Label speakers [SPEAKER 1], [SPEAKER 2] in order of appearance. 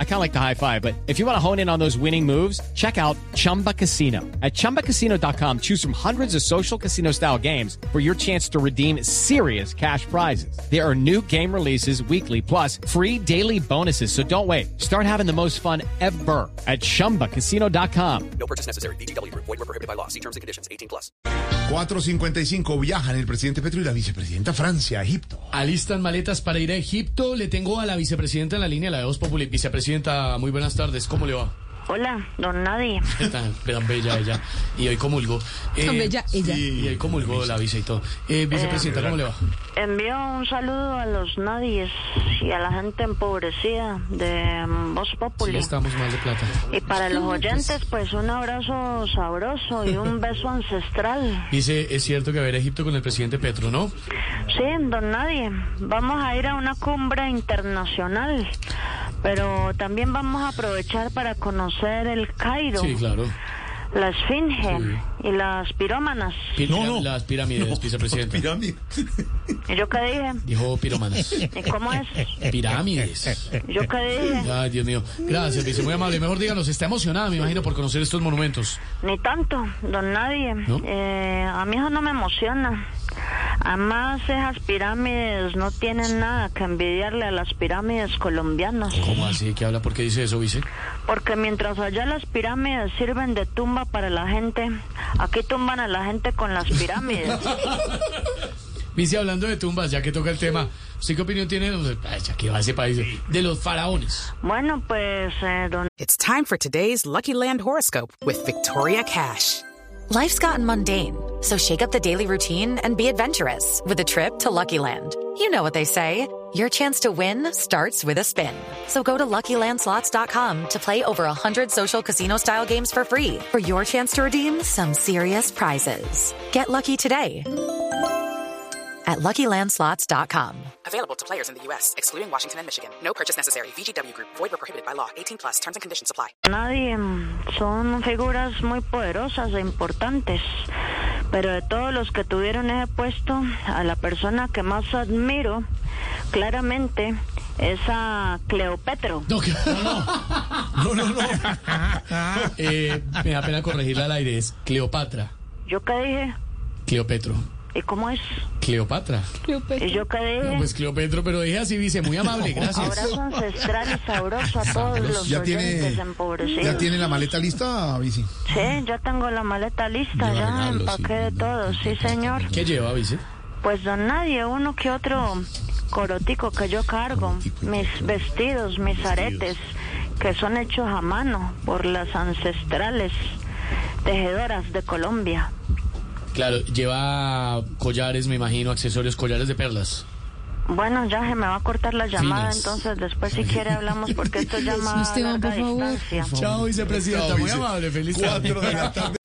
[SPEAKER 1] I kind of like the high five, but if you want to hone in on those winning moves, check out Chumba Casino. At chumbacasino.com, choose from hundreds of social casino style games for your chance to redeem serious cash prizes. There are new game releases weekly, plus free daily bonuses. So don't wait. Start having the most fun ever at chumbacasino.com.
[SPEAKER 2] No purchase necessary. BGW. Void were prohibited by law. See terms and conditions. 18 plus.
[SPEAKER 3] 4.55 viajan el presidente Petro y la vicepresidenta a Francia, a Egipto.
[SPEAKER 4] Alistan maletas para ir a Egipto. Le tengo a la vicepresidenta en la línea, la de Voz Populi. Vicepresidenta, muy buenas tardes. ¿Cómo le va?
[SPEAKER 5] Hola, don Nadie.
[SPEAKER 4] Tan, tan bella ella. Y hoy comulgo.
[SPEAKER 6] Tan bella ella.
[SPEAKER 4] sí, Y hoy comulgo la vice y todo. Eh, vicepresidenta, ¿cómo le va?
[SPEAKER 5] Envío un saludo a los nadies y a la gente empobrecida de mm, Voz
[SPEAKER 4] Sí,
[SPEAKER 5] Populi.
[SPEAKER 4] estamos mal de plata.
[SPEAKER 5] y para los oyentes, pues un abrazo sabroso y un beso ancestral.
[SPEAKER 4] Dice, es cierto que va a ir a Egipto con el presidente Petro, ¿no?
[SPEAKER 5] Sí, don Nadie, vamos a ir a una cumbre internacional, pero también vamos a aprovechar para conocer el Cairo,
[SPEAKER 4] Sí, claro.
[SPEAKER 5] la Esfinge
[SPEAKER 4] Sí.
[SPEAKER 5] y las pirómanas.
[SPEAKER 4] Pi-
[SPEAKER 3] No, no.
[SPEAKER 4] Las pirámides, vicepresidenta.
[SPEAKER 3] Pirámide.
[SPEAKER 5] ¿Y yo qué dije?
[SPEAKER 4] Dijo piromanas.
[SPEAKER 5] ¿Y cómo es?
[SPEAKER 4] Pirámides.
[SPEAKER 5] ¿Y yo qué dije?
[SPEAKER 4] Ay, Dios mío. Gracias, vice. Muy amable. Mejor díganos, está emocionada, me imagino, por conocer estos monumentos.
[SPEAKER 5] Ni tanto, don nadie.
[SPEAKER 4] ¿No?
[SPEAKER 5] Eh, a mí eso no me emociona. Además, esas pirámides no tienen nada que envidiarle a las pirámides colombianas.
[SPEAKER 4] ¿Cómo así? ¿Qué habla? ¿Por qué dice eso, vice?
[SPEAKER 5] Porque mientras allá las pirámides sirven de tumba para la gente, aquí tumban a la gente con las pirámides.
[SPEAKER 4] Vice, hablando de tumbas, ya que toca el tema, ¿usted qué opinión tiene? de- Ay, ya que va ese país de los faraones.
[SPEAKER 5] bueno, pues, eh, don
[SPEAKER 7] It's time for today's Lucky Land horoscope with Victoria Cash.
[SPEAKER 8] Life's gotten mundane, so shake up the daily routine and be adventurous with a trip to Lucky Land. You know what they say your chance to win starts with a spin. So go to luckylandslots.com to play over 100 social casino style games for free for your chance to redeem some serious prizes. Get lucky today at luckylandslots.com.
[SPEAKER 7] Available to players in the U.S., excluding Washington and Michigan. No purchase necessary. VGW Group, void or prohibited by law. 18 plus terms and conditions apply.
[SPEAKER 5] nadie. mm, Son figuras muy poderosas e importantes. Pero de todos los que tuvieron ese puesto, a la persona que más admiro claramente es a Cleopetro.
[SPEAKER 4] No, que- no, no, no. Eh, me da pena corregirla al aire. Es Cleopatra.
[SPEAKER 5] ¿Yo qué dije?
[SPEAKER 4] Cleopetro.
[SPEAKER 5] ¿Y cómo es?
[SPEAKER 4] Cleopatra.
[SPEAKER 5] ¿Y yo qué dije?
[SPEAKER 4] Pues Cleopetro, pero dije así, vice. Muy amable, gracias.
[SPEAKER 5] Abrazo ancestral y sabroso a todos los
[SPEAKER 3] Ya
[SPEAKER 5] oyentes
[SPEAKER 3] tiene,
[SPEAKER 5] empobrecidos.
[SPEAKER 3] ya tiene la maleta lista, bici.
[SPEAKER 5] Sí, ya tengo la maleta lista,
[SPEAKER 3] Lleva
[SPEAKER 5] ya
[SPEAKER 3] regalos,
[SPEAKER 5] empaqué
[SPEAKER 3] sí,
[SPEAKER 5] de
[SPEAKER 3] no,
[SPEAKER 5] todo, sí señor.
[SPEAKER 4] ¿Qué lleva, vice?
[SPEAKER 5] Pues don nadie, uno que otro corotico que yo cargo, mis vestidos, mis aretes, que son hechos a mano por las ancestrales tejedoras de Colombia.
[SPEAKER 4] Claro, lleva collares, me imagino, accesorios, collares de perlas.
[SPEAKER 5] Bueno, ya se me va a cortar la llamada,
[SPEAKER 4] Finas.
[SPEAKER 5] entonces después si quiere hablamos porque esto llama a
[SPEAKER 6] Esteban,
[SPEAKER 5] larga
[SPEAKER 6] por favor.
[SPEAKER 5] distancia.
[SPEAKER 4] Chao, vicepresidenta. Muy amable, feliz tarde.
[SPEAKER 3] Cuatro de la tarde.